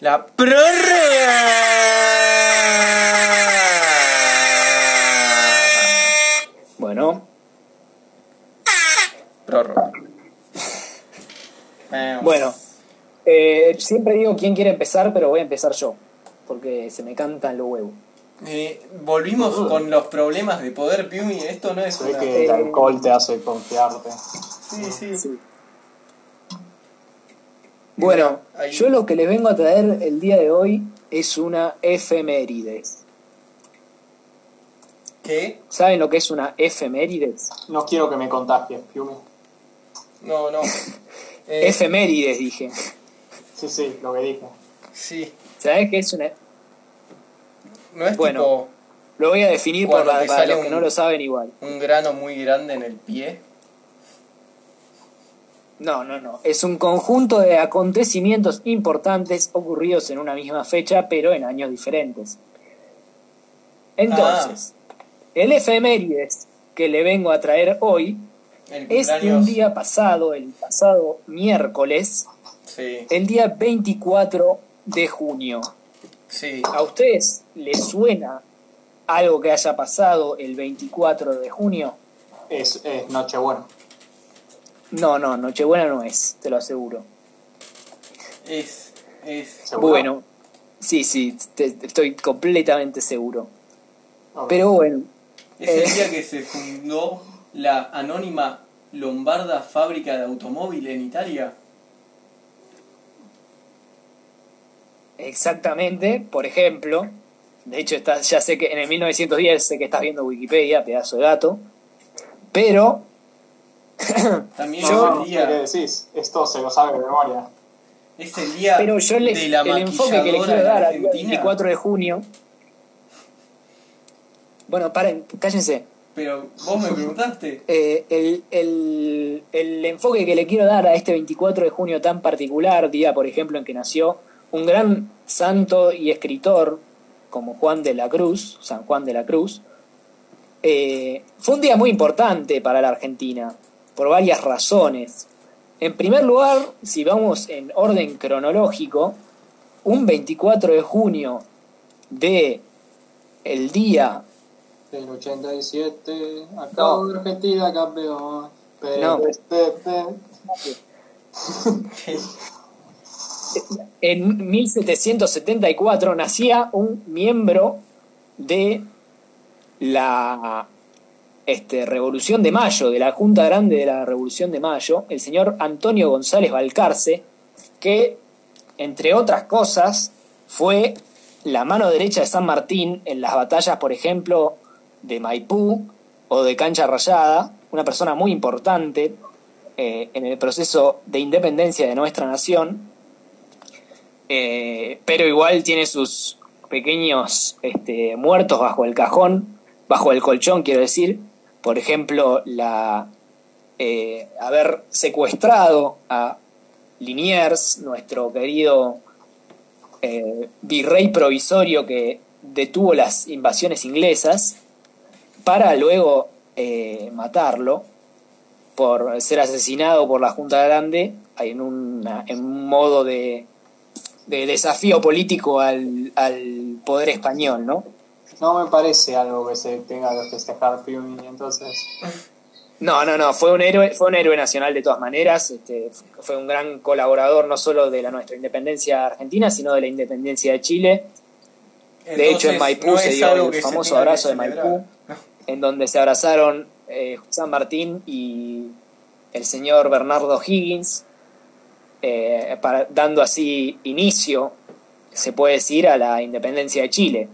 La prórroga. Bueno, Prórroga. bueno. Eh, siempre digo quién quiere empezar, pero voy a empezar yo. Porque se me cantan los huevos. Eh, volvimos con los problemas de poder, Piumi. Esto no es Sé una. que el alcohol te hace confiarte. Sí, sí. Bueno, Ahí. yo lo que les vengo a traer el día de hoy es una efemérides. ¿Qué? ¿Saben lo que es una efemérides? No quiero que me contagies, Piumi. No, no. Eh, Efemérides, dije. Sí, sí, lo que dije. sí. ¿Sabes qué es una.? No es Bueno. Lo voy a definir para, Cuando te para sale los que un- no lo saben igual. tipo un grano muy grande en el pie. No, no, no. Es un conjunto de acontecimientos importantes ocurridos en una misma fecha, pero en años diferentes. Entonces, el efemérides que le vengo a traer hoy El es cumpleaños. que un día pasado, el pasado miércoles, Sí, el día 24 de junio. sí. ¿A ustedes les suena algo que haya pasado el 24 de junio? Es, es Nochebuena. No, no, Nochebuena no es, te lo aseguro. Es. Es. ¿Seguro? Bueno, sí, sí, te- te- estoy completamente seguro. Ok. Pero bueno, Es el Eh. día que se fundó la anónima Lombarda Fábrica de Automóvil en Italia. exactamente, por ejemplo, de hecho está- ya sé que en el 1910 sé que estás viendo Wikipedia, pedazo de gato, pero También No, es no el sé ¿Qué día, decís? Esto se lo sabe de memoria. es el día Pero yo les, de la el enfoque que le maquilladora quiero en dar al día Argentina. 24 de junio. Bueno, paren, cállense. Pero vos me preguntaste. Eh, el, el- el enfoque que le quiero dar a este 24 de junio tan particular, día por ejemplo en que nació un gran santo y escritor como Juan de la Cruz, San Juan de la Cruz, eh, fue un día muy importante para la Argentina, por varias razones. En primer lugar, si vamos en orden cronológico, un 24 de junio de el día Del 87, acabo de Argentina campeón. Pero No. este, este- en 1774 nacía un miembro de la este, Revolución de Mayo, de la Junta Grande de la Revolución de Mayo, el señor Antonio González Balcarce, que, entre otras cosas, fue la mano derecha de San Martín en las batallas, por ejemplo, de Maipú o de Cancha Rayada, una persona muy importante eh, en el proceso de independencia de nuestra nación. Eh, pero igual tiene sus pequeños este, muertos bajo el cajón, bajo el colchón, quiero decir. Por ejemplo, la eh, haber secuestrado a Liniers, nuestro querido eh, virrey provisorio que detuvo las invasiones inglesas, para luego eh, matarlo por ser asesinado por la Junta Grande en, una- en un modo de de desafío político al, al poder español, ¿no? no me parece algo que se tenga que festejar, Piumi. Entonces, No, no, no, fue un héroe, fue un héroe nacional de todas maneras, este, fue un gran colaborador no solo de la nuestra independencia argentina, sino de la independencia de Chile, de hecho, en Entonces, Maipú no se es dio algo el que se famoso tenga que abrazo de celebrar. Maipú, en donde se abrazaron eh, San Martín y el señor Bernardo Higgins, eh, para- dando así inicio, se puede decir, a la independencia de Chile.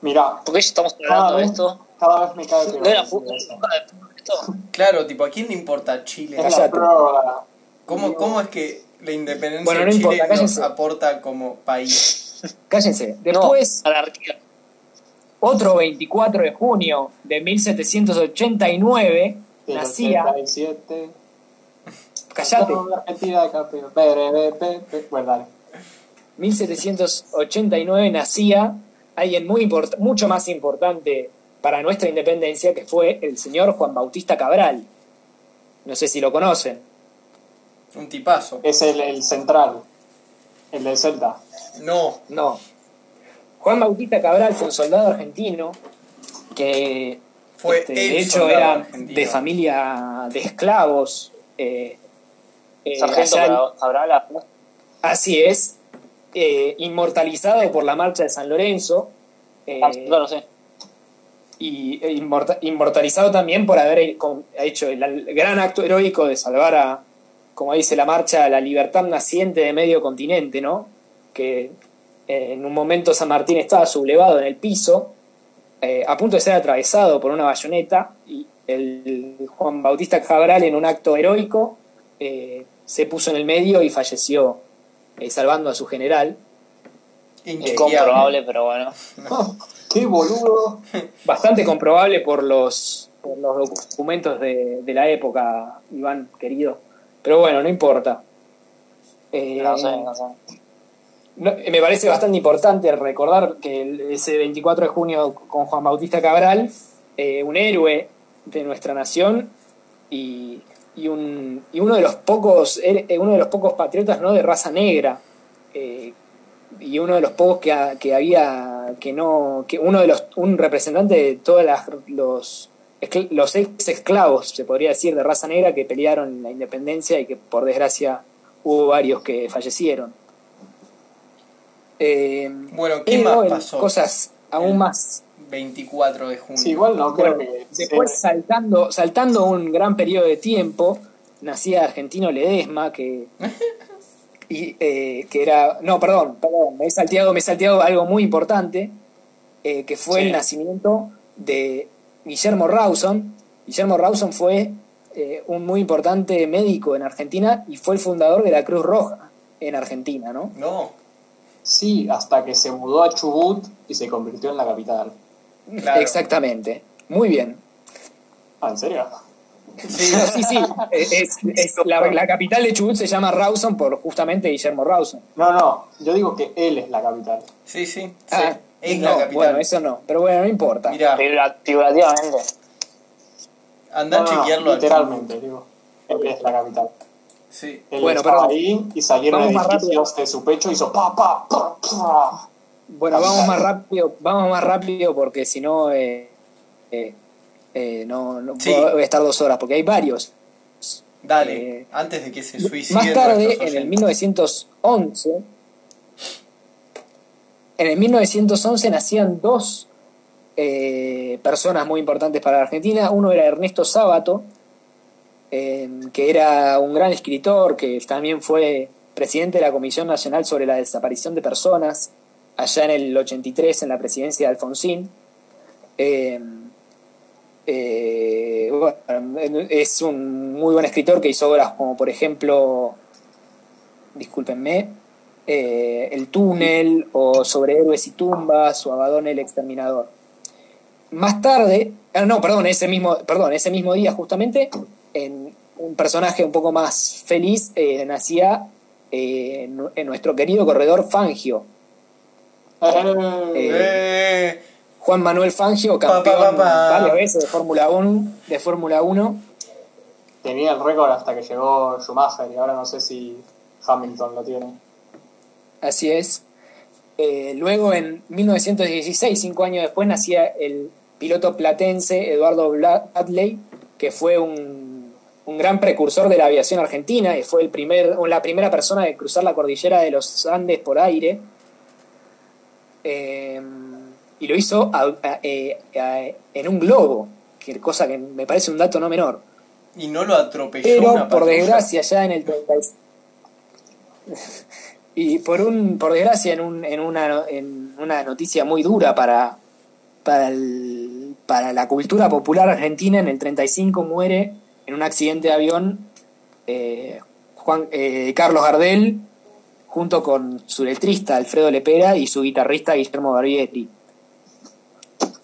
mira, Porque estamos cada hablando de vez, esto. cada vez me cae peor. No era decir fútbol, eso. nunca de esto. Claro, tipo, ¿a quién le importa Chile? Es la Callate. prórroga. ¿Cómo, cómo es que la independencia Bueno, no de Chile importa, nos cállense. aporta como país? Cállense, No, después... anarquía. Otro 24 de junio de 1789 Del nacía. 87. Callate. Acabo de Argentina campeón. Pere, pe, pe, pe. Bueno, dale. 1789 nacía alguien muy import- mucho más importante para nuestra independencia que fue el señor Juan Bautista Cabral. No sé si lo conocen. Un tipazo. Es el, el central. El El del Celta. No. No. Juan Bautista Cabral fue un soldado argentino que Fue este, el de hecho soldado era argentino. de familia de esclavos. eh, eh, Sargento allá en- Cabral, Cabral, así es. eh, inmortalizado por la marcha de San Lorenzo. eh, no lo sé. y e inmorta- inmortalizado también por haber he- com- hecho el al- gran acto heroico de salvar a, como dice la marcha, a la libertad naciente de medio continente, ¿no? Que eh, en un momento San Martín estaba sublevado en el piso, eh, a punto de ser atravesado por una bayoneta, y el Juan Bautista Cabral, en un acto heroico, eh, se puso en el medio y falleció, eh, salvando a su general. Inchequeable. Incomprobable, pero bueno. ¡Qué boludo! bastante comprobable por los, por los documentos de, de la época, Iván, querido. Pero bueno, no importa. Eh, No sé, no sé. no- me parece bastante importante recordar que el- ese 24 de junio con Juan Bautista Cabral, eh, un héroe de nuestra nación y, y un, y uno de los pocos er- eh, uno de los pocos patriotas no de raza negra eh, y uno de los pocos que, ha- que había que no que uno de los un representante de todas las los escl- los ex esclavos se podría decir de raza negra que pelearon la independencia y que por desgracia hubo varios que fallecieron Eh, Bueno, ¿qué pero más en pasó? cosas aún El- más 24 de junio. Sí, igual no creo que. Después, saltando, saltando un gran periodo de tiempo, nacía Argentino Ledesma, que. y, eh, que era. No, perdón, perdón, me he salteado, me he salteado algo muy importante, eh, que fue Sí. el nacimiento de Guillermo Rawson. Guillermo Rawson fue eh, un muy importante médico en Argentina y fue el fundador de la Cruz Roja en Argentina, ¿no? No, Sí, hasta que se mudó a Chubut y se convirtió en la capital. claro. Exactamente. Muy bien. Ah, ¿en serio? Sí, No, sí, sí. Es, es- es- la, la capital de Chubut se llama Rawson por justamente Guillermo Rawson. No, no, yo digo que él es la capital. sí, sí. Ah, sí, Es no, la capital. Bueno, eso no. Pero bueno, no importa. Mirá, Figura- Figurativamente. andá No, no, a no, chequearlo. al- literalmente, digo. Él es la capital. Sí. Él Bueno, estaba perdón. ahí y salieron Vamos más edificios de su pecho y hizo pa, pa, pa, pa. Bueno, vamos más rápido, vamos más rápido porque si no, eh, eh, eh, no, no Sí. puedo- voy a estar dos horas porque hay varios. Dale, Eh, antes de que se suiciden. Más tarde, nuestros en el oyentes. 1911, en el 1911 nacían dos eh, personas muy importantes para la Argentina. Uno era Ernesto Sábato, eh, que era un gran escritor, que también fue presidente de la Comisión Nacional sobre la Desaparición de Personas, allá en el 83, en la presidencia de Alfonsín. Eh, eh, bueno, es un muy buen escritor que hizo obras como, por ejemplo, discúlpenme, eh, El túnel o Sobre héroes y tumbas o Abadón el exterminador. Más tarde, ah, no, perdón, ese mismo, perdón, ese mismo día justamente, en un personaje un poco más feliz eh, nacía eh, nu- en nuestro querido corredor Fangio, Ah, Eh, Eh, Juan Manuel Fangio, Pa, pa, campeón pa, pa. varias veces de Fórmula 1, de Fórmula 1. tenía el récord hasta que llegó Schumacher y ahora no sé si Hamilton lo tiene. Así es. Eh, luego, en 1916, cinco años después, nacía el piloto platense Eduardo Bradley, que fue un, un gran precursor de la aviación argentina y fue el primer, o la primera persona de cruzar la cordillera de los Andes por aire. Eh, y lo hizo a- a- eh, a- en un globo, que cosa que me parece un dato no menor. y no lo atropelló Pero una por patrulla. desgracia ya en el 36 y por un por desgracia en, un- en una en una noticia muy dura para para el- para la cultura popular argentina en el 35 muere en un accidente de avión eh, Juan eh, Carlos Gardel junto con su letrista Alfredo Lepera y su guitarrista Guillermo Barbieri.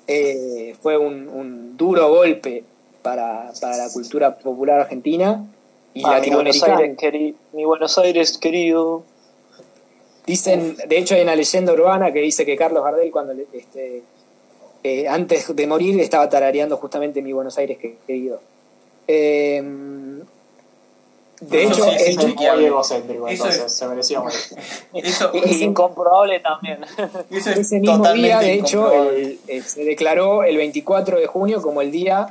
Eh, fue un, un duro golpe para, para la cultura popular argentina y Ah, mi Buenos latinoamericana. Aires, queri- mi Buenos Aires, querido. Dicen, de hecho hay una leyenda urbana que dice que Carlos Gardel cuando le- este, eh, antes de morir estaba tarareando justamente mi Buenos Aires que- querido. Eh, De Eso hecho, sí es él- inchequeable. muy egocéntrico, Eso entonces es. se merecía morir. Eso, Y incomprobable también. eso es eh, ese mismo totalmente día, de hecho, incomprobable. el- eh, se declaró el 24 de junio como el día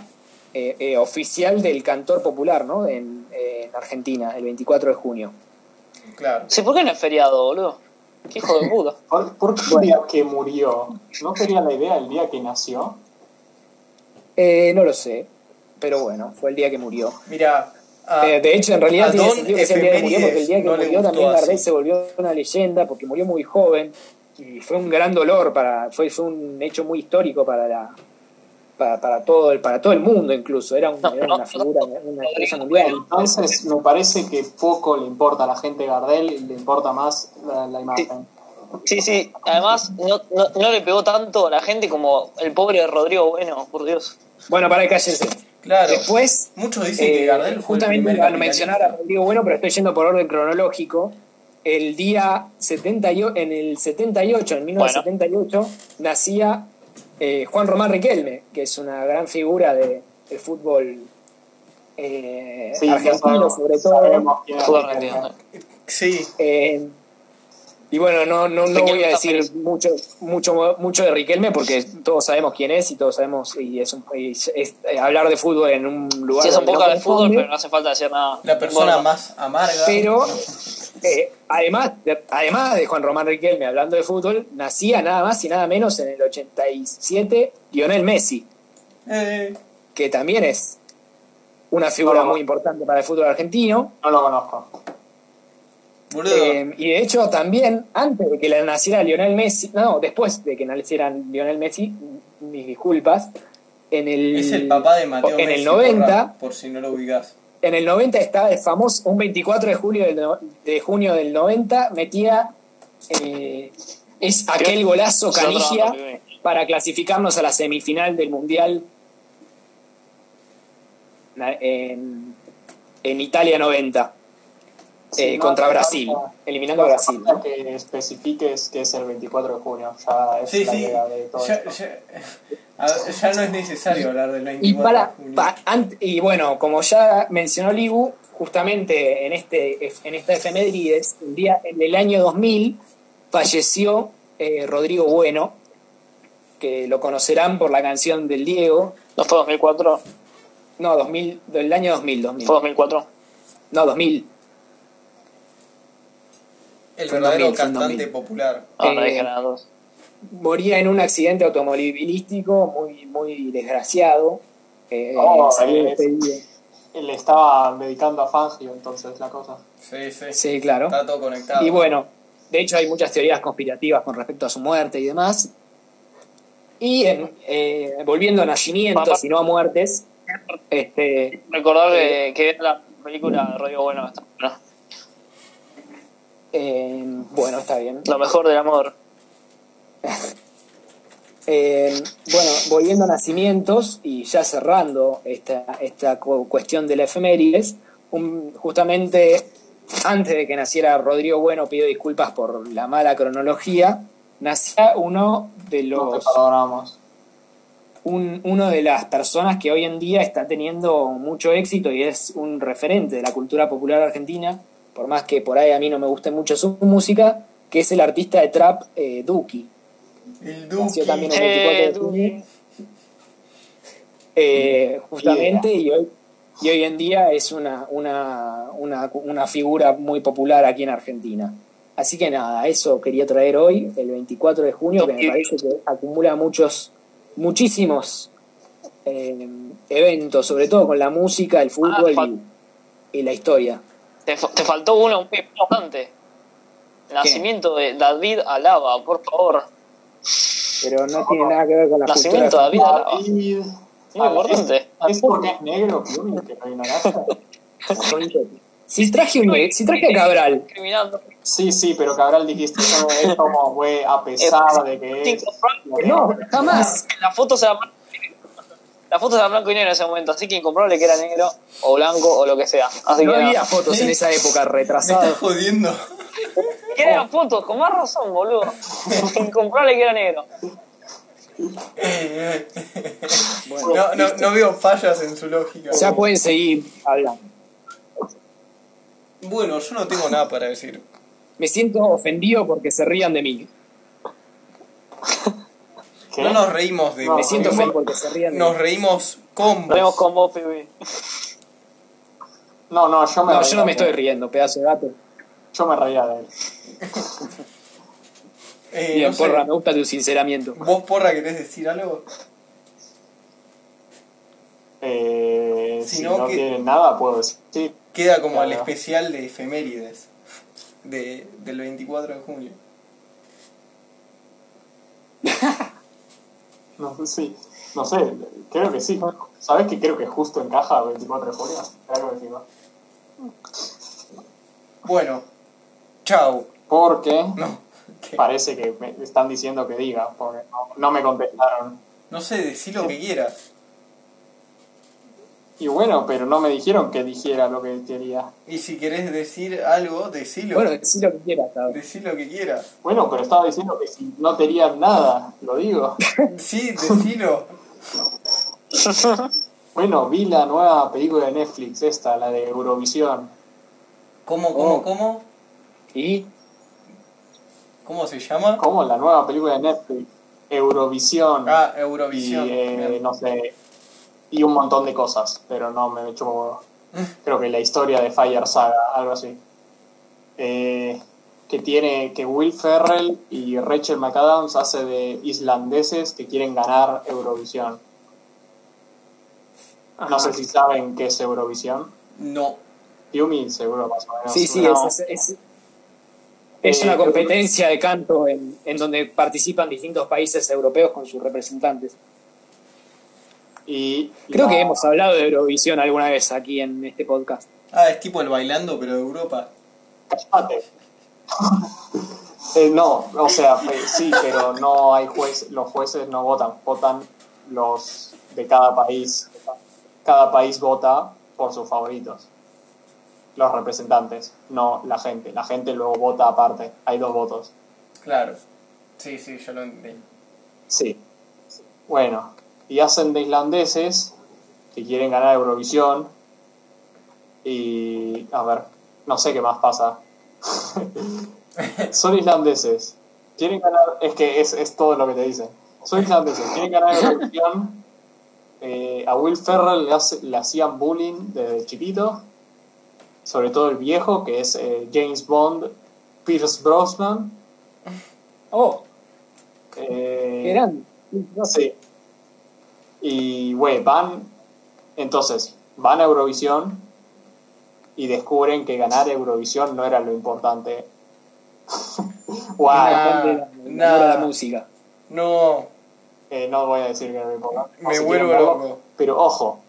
eh, eh, oficial del cantor popular, ¿no? En, eh, en Argentina, el 24 de junio. Claro. Sí, ¿por qué no es feriado, boludo? Qué hijo de puta. ¿Por, por qué el día que murió? ¿No sería la idea el día que nació? Eh, no lo sé, pero bueno, fue el día que murió. Mira, a- Eh, de hecho, en realidad a tiene Ah, Don sentido que sea el día que murió, porque el día que Efemérides no le murió gustó también así. Gardel se volvió una leyenda, porque murió muy joven y fue un gran dolor para, fue, fue un hecho muy histórico para la para, para todo el para todo el mundo incluso era, un- No, era una no, figura no, una estrella no, mundial Entonces me parece que poco le importa a la gente de Gardel y le importa más la, la imagen. Sí, sí. Además, no, no, no le pegó tanto a la gente como el pobre Rodrigo Bueno, por Dios. bueno para cállense claro. después Muchos dicen que Eh, Gardel fue el justamente primer iba a capitalista. mencionar a Rodrigo Bueno, pero estoy yendo por orden cronológico. El día 78, en el 78, en 1978, nacía eh, Juan Román Riquelme, que es una gran figura de, del fútbol eh, Sí, ya argentino, sabemos- sobre todo. sabemos quién es Joder, Gardel. entiendo. Sí, Eh, y bueno, no, no, no Pequeño voy a decir Taperes. mucho, mucho, mucho de Riquelme porque todos sabemos quién es y todos sabemos, y es, un- y es- es- eh, hablar de fútbol en un lugar. Sí, es un donde poco no al fútbol, corresponde. pero no hace falta decir nada. la persona Bueno, más amarga. Pero eh, además, de, además de Juan Román Riquelme hablando de fútbol, nacía nada más y nada menos en el 87 Lionel Messi, Eh, que también es una figura No, no. muy importante para el fútbol argentino. No lo conozco. boludo. Eh, y de hecho también, antes de que la- naciera Lionel Messi, no, después de que naciera Lionel Messi, mis disculpas, en el, es el papá de Mateo en Messi, el 90 porra, por si no lo ubicás. En el 90 está el famoso, un 24 de julio del no- de junio del 90, metía eh, es aquel golazo yo trabajo, canigia pibe. para clasificarnos a la semifinal del Mundial na- en, en Italia 90 eh, Sí, no contra hace Brasil, falta- eliminando No a hace Brasil. falta que especifiques que es el 24 de junio. Ya es Sí, la sí. idea de todo Ya, esto. ya- a ver, ya no es necesario hablar del 24 Y, para, de junio. pa- ant- y bueno, como ya mencionó Libu, justamente en, este, en esta efemérides, el día, en el año 2000, falleció eh, Rodrigo Bueno, que lo conocerán por la canción del Diego. ¿No fue 2004? No, 2000, del año 2000, 2000. ¿Fue 2004? No, 2000. el fue en verdadero 2000, fue en cantante 2000. popular. Ah, no Eh, dije nada. dos. Moría en un accidente automovilístico muy, muy desgraciado. Eh, Oh, salió eh, despedido. Él le estaba medicando a Fangio, entonces la cosa. Sí, sí. Sí, claro. Está todo conectado. Y bueno, de hecho hay muchas teorías conspirativas con respecto a su muerte y demás. Y en, eh, volviendo a Papá. nacimientos y no a muertes, este, Recordar que, que era la película de Rodrigo Bueno. Está, bueno, eh, bueno, está bien. lo mejor del amor. Eh, bueno, volviendo a nacimientos y ya cerrando esta, esta cu- cuestión de la efemérides, un- justamente antes de que naciera Rodrigo Bueno, pido disculpas por la mala cronología, nacía uno de No te los... perdonamos. un, uno de las personas que hoy en día está teniendo mucho éxito y es un referente de la cultura popular argentina, por más que por ahí a mí no me guste mucho su música, que es el artista de trap eh, Duki. el Nació Duki. también en Eh, 24 de junio, eh, justamente, y hoy, y hoy en día es una, una, una, una figura muy popular aquí en Argentina. Así que nada, eso quería traer hoy, el 24 de junio, que me parece que acumula muchos, muchísimos eh, eventos, sobre todo con la música, el fútbol fal- y, y la historia. Te, fa- te faltó uno muy importante. Nacimiento de David Alaba, por favor. Pero no tiene nada que ver con la Nacimiento cultura. David Alaba. David. Muy importante. Ah, ¿Es porque es negro, Plumín, que no ignoraste? Si traje, un- si traje a Cabral, Discriminando. Sí, sí, pero Cabral dijiste, no, es como, güey, a pesar de que es. no, jamás. La foto se la la foto era blanco y negro en ese momento, así que incomprobable que era negro o blanco o lo que sea. Así No que había nada. fotos en esa época Me estás retrasado. jodiendo. ¿Qué eran fotos? Con más razón, boludo. incomprobable que era negro. No, no, no veo fallas en su lógica. Ya pueden seguir hablando. Bueno, yo no tengo nada para decir. Me siento ofendido porque se rían de mí. ¿Qué? No nos reímos de. No, Me siento Sí. feliz porque se rían de mí. Nos reímos con vos. Vemos con vos, pibe. no, no, yo me No, reía yo no me de estoy él. riendo, pedazo de gato. Yo me reía de él. Eh, Bien, no sé, porra, me gusta tu sinceramiento. ¿Vos, porra, querés decir algo? Eh, Si si no, no, que- tienen nada, puedo decir. Sí, Queda como el Claro. especial de efemérides de, del 24 de junio. no sé, sí. No sé, creo que sí. ¿Sabes que creo que justo encaja 24 de junio? Algo así, ¿no? Bueno, chau. Porque No, que- parece que me están diciendo que diga, porque no, no me contestaron. no sé, decí lo que quieras. Y bueno, pero no me dijeron que dijera lo que quería. Y si querés decir algo, decilo. Bueno, decí lo que quieras, cabrón. Decí lo que quieras. Bueno, pero estaba diciendo que si no querían nada, lo digo. Sí, decilo. Bueno, vi la nueva película de Netflix, esta, la de Eurovisión. ¿Cómo, cómo, Oh. cómo? ¿Y? ¿Cómo se llama? ¿Cómo? La nueva película de Netflix. Eurovisión. Ah, y, Eurovisión. eh, Bien. no sé. Y un montón de cosas, pero no me chupo huevo. Creo que la historia de Fire Saga, algo así. Eh, que tiene que Will Ferrell y Rachel McAdams hace de islandeses que quieren ganar Eurovisión. No sé si saben qué es Eurovisión. No. Yumi seguro más o menos. Sí, sí, No. es, es- es Eh, una competencia de canto en, en donde participan distintos países europeos con sus representantes. Y Creo la- que hemos hablado de Eurovisión alguna vez aquí en este podcast. Ah, es tipo el bailando, pero de Europa. Cállate. Eh, no, o sea, fe- sí, pero no hay jueces, los jueces no votan, votan los de cada país. Cada país vota por sus favoritos, los representantes, no la gente. La gente luego vota aparte, hay dos votos. Claro. Sí, sí, yo lo entendí. Sí. Bueno, y hacen de islandeses que quieren ganar Eurovisión. Y. A ver, no sé qué más pasa. Son islandeses. Quieren ganar. Es que es, es todo lo que te dicen. Son islandeses. Quieren ganar Eurovisión. Eh, a Will Ferrell le, hace- le hacían bullying desde chiquito. Sobre todo el viejo, que es eh, James Bond, Pierce Brosnan. Oh, Eh, qué grande. Sí. Y, güey, van. Entonces, van a Eurovisión y descubren que ganar Eurovisión no era lo importante. wow. Ah, nah. la música. No, Eh, no voy a decir que era lo importante. me Así que vuelvo no. loco. Pero ojo,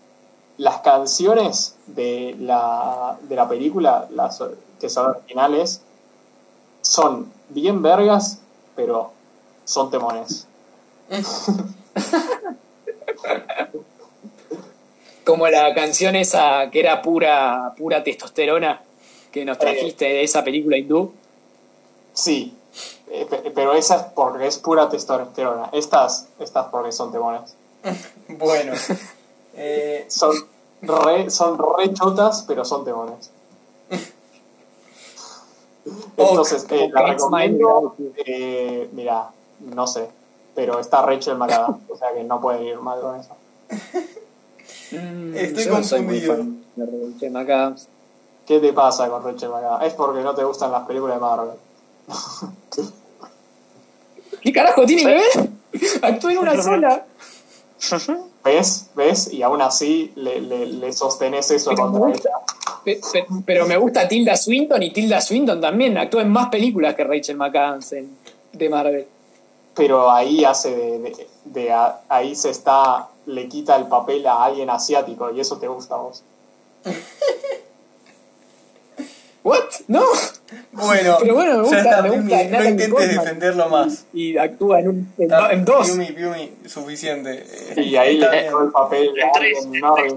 las canciones de la, de la película, las or- que son originales, son bien vergas, pero son temones. Como la canción esa que era pura, pura testosterona que nos trajiste de esa película hindú. Sí, eh, pe- pero esa es porque es pura testosterona. Estas, estas porque son demones. Bueno. Eh, Son re, son re chotas, pero son demones. Entonces, eh, la como Kate recomiendo. eh, mira, no sé, pero está Rachel Macada, o sea que no puede ir mal con eso. Mm, Estoy yo no soy muy confundido. fan de Rachel McAdams. ¿Qué te pasa con Rachel Macada? Es porque no te gustan las películas de Marvel. ¿Qué carajo tiene que ver? Actúa en una sola. ¿Ves? ¿Ves? Y aún así le, le, le sostenés eso Pero contra me ella. Pe- pe- Pero me gusta Tilda Swinton y Tilda Swinton también actúa en más películas que Rachel McAdams en- de Marvel. pero ahí hace de, de- de a- ahí se está le quita el papel a alguien asiático y eso te gusta a vos ¿What? No. bueno, Pero bueno, me ya gusta- está, me gusta Piumi, no Natalie intentes Portman. defenderlo más. Y actúa en, un, en do- Está- en dos. Piumi, Piumi, suficiente. Eh, y ahí está le bien. quitó el papel a alguien nórdico